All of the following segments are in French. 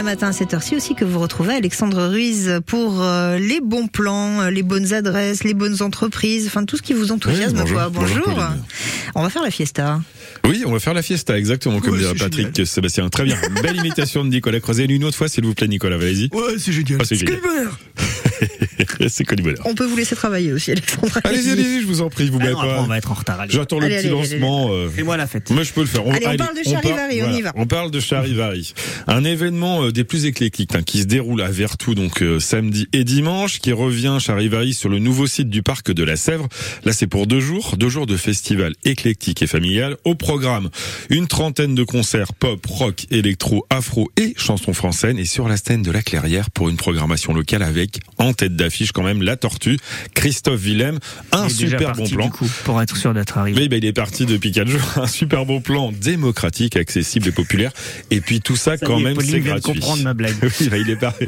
Ce matin à cette heure-ci aussi que vous retrouvez Alexandre Ruiz pour euh, les bons plans, euh, les bonnes adresses, les bonnes entreprises, enfin tout ce qui vous enthousiasme. Oui, bonjour. quoi. Bonjour, Bonjour. Pauline. On va faire la fiesta. Oui, on va faire la fiesta, exactement, comme Ouais, dirait c'est Patrick Sébastien. Très bien. Belle imitation de Nicolas Croiset. Une autre fois, s'il vous plaît, Nicolas, allez-y. Ouais, c'est génial. Ah, c'est génial. Scalper C'est connu bonheur. On peut vous laisser travailler aussi, Alexandre. Allez-y, allez-y, je vous en prie, vous Ah m'avez non, après, on pas. va être en retard. allez. J'attends le Allez, petit allez, allez, lancement. euh, Fais-moi la fête. Moi, je peux le faire. Allez, on parle de Charivari, on y va. On parle de Charivari. Un événement euh, des plus éclectiques hein, qui se déroule à Vertou, donc euh, samedi et dimanche, qui revient Charivari sur le nouveau site du parc de la Sèvre. Là, c'est pour deux jours, deux jours de festival éclectique et familial. Au programme, une trentaine de concerts pop, rock, électro, afro et chansons françaises. Et sur la scène de la Clairière pour une programmation locale avec, en tête d'affiche quand même, La Tortue, Christophe Willem. Un Il est déjà super parti, bon plan. Du coup, pour être sûr d'être arrivé. Oui, ben, il est parti depuis quatre jours. Un super bon plan démocratique, accessible et populaire. Et puis tout ça, Ça y quand est, même, Pauline c'est vient de gratuit. comprendre ma blague. Oui, ben, il est parti.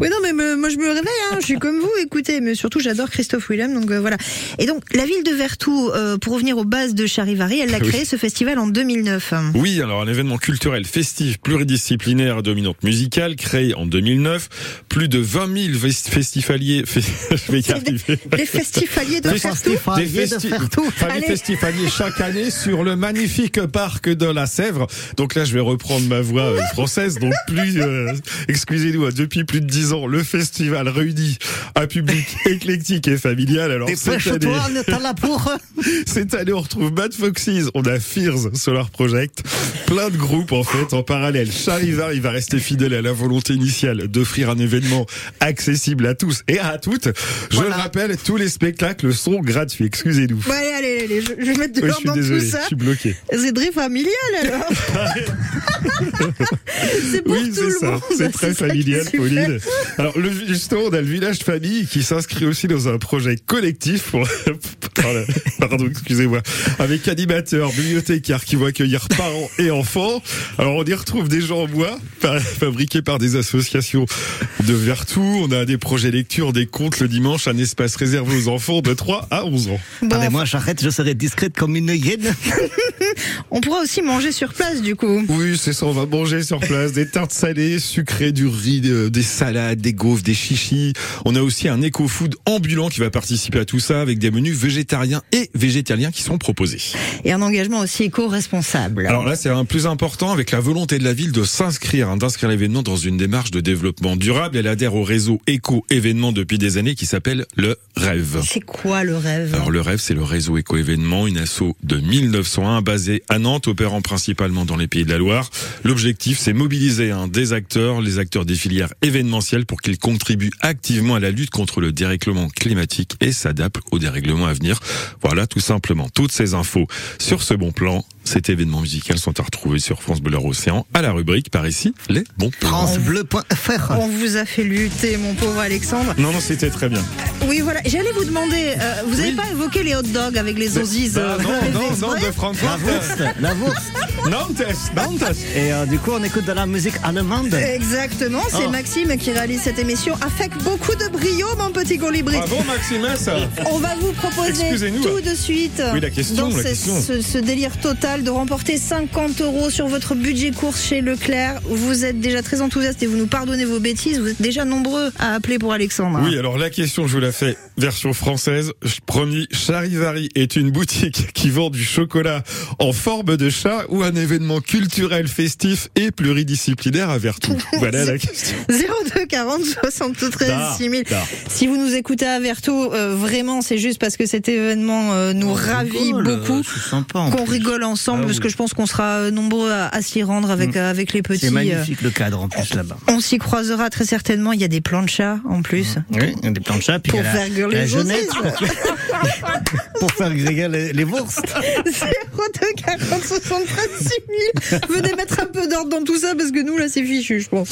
Oui, non, mais me- moi je me réveille, hein, je suis comme vous, écoutez, mais surtout j'adore Christophe Willem, donc euh, voilà. Et donc la ville de Vertou, euh, pour revenir aux bases de Charivari, elle a Oui. créé ce festival en 2009. Oui, alors un événement culturel festif, pluridisciplinaire, à dominante musicale, créé en 2009. Plus de 20 000 fest- festifaliers. fest- Je vais y arriver. Les festivaliers de Vertou. Des Festifaliers de festi- Vertou. familles Allez. festivaliers chaque année sur le magnifique parc de la Sèvre. Donc là, je vais reprendre ma voix euh, française. Donc plus, euh, excusez-nous, hein, depuis plus de dix ans, le festival réunit un public éclectique et familial. Alors cette année, Dépêche-toi, on est à la pour. euh, cette année, on retrouve Mad Foxes, on a Fears Solar Project, plein de groupes en fait en parallèle. Charivar, il va rester fidèle à la volonté initiale d'offrir un événement accessible à tous et à toutes. Je le rappelle, tous les spectacles sont gratuits. Excusez-nous. Bon, allez, allez, allez, je, je vais mettre Oui, je dehors suis dans désolé, tout ça. je suis bloqué. C'est très familial alors. c'est pour Oui, tout c'est le ça, monde. c'est ça très qui est familial, super. Pauline. Alors, le, justement, on a le village famille qui s'inscrit aussi dans un projet collectif pour, pardon, pardon, excusez-moi, avec animateurs, bibliothécaires qui vont accueillir parents et enfants. Alors, on y retrouve des gens en bois, fa- fabriqués par des associations de Vertou. On a des projets lecture, des contes le dimanche, un espace réservé aux enfants de 3 à 11 ans. Bon, Ah, mais moi, j'arrête, je serai discrète comme une hyène. on pourra aussi manger sur place du coup. Oui, c'est ça, on va manger sur place des tartes salées, sucrées, du riz, euh, des salades, des gaufres, des chichis. On a aussi un éco-food ambulant qui va participer à tout ça avec des menus végétariens et végétaliens qui sont proposés. Et un engagement aussi éco-responsable. Alors là, c'est un plus important avec la volonté de la ville de s'inscrire, hein, d'inscrire l'événement dans une démarche de développement durable. Elle adhère au réseau éco-événement depuis des années qui s'appelle le REV. C'est quoi le rêve Alors le rêve, c'est le réseau éco-événement, une asso de 1901 basée à Nantes, opérant principalement dans les pays de la Loire. L'objectif, c'est mobiliser hein, des acteurs, les acteurs des filières événementielles, pour qu'ils contribuent activement à la lutte contre le dérèglement climatique et s'adaptent aux dérèglements à venir. Voilà tout simplement toutes ces infos sur ce bon plan. Cet événement musical sont à retrouver sur France Bleu Océan à la rubrique par ici les bons plans. FranceBleu.fr. On vous a fait lutter, mon pauvre Alexandre. Non non, c'était très bien. Oui, voilà. J'allais vous demander, euh, vous n'avez Oui. pas évoqué les hot dogs avec les ozis euh, Bah, les exprès France. La bourse, la bourse. Nantes, Nantes. Et euh, du coup, on écoute de la musique allemande. Exactement, c'est Ah. Oh. Maxime qui réalise cette émission avec beaucoup de brio, mon petit colibri. Bravo Maximus. On va vous proposer Excusez-nous. tout de suite Oui, la question, dans la ce, question. ce- ce délire total de remporter 50 euros sur votre budget course chez Leclerc. Vous êtes déjà très enthousiaste et vous nous pardonnez vos bêtises. Vous êtes déjà nombreux à appeler pour Alexandre. hein. Oui, alors la question, je vous la fais version française. Je- Promis, Charivari est une boutique qui vend du chocolat en forme de chat ou un événement culturel festif et pluridisciplinaire à Vertou. Voilà la question. 02 40 73 Tard, 6000. tard. Si vous nous écoutez à Verto, euh, vraiment, c'est juste parce que cet événement euh, nous ravit euh, beaucoup. Oh, C'est sympa. en Qu'on plus. rigole ensemble, Ah parce oui. que je pense qu'on sera euh, nombreux à, à s'y rendre Mm. avec, euh, avec les petits. C'est euh, magnifique le cadre en plus là-bas. On s'y croisera très certainement. Il y a des plans de chats en plus. Oui, il y a des plans de chat, puis Pour il y a la- faire gueuler la les jeunesse. saucisses. pour faire griller les, les bourses. 02 40 73 6000. Venez mettre un peu d'ordre dans tout ça parce que nous là c'est fichu, je pense.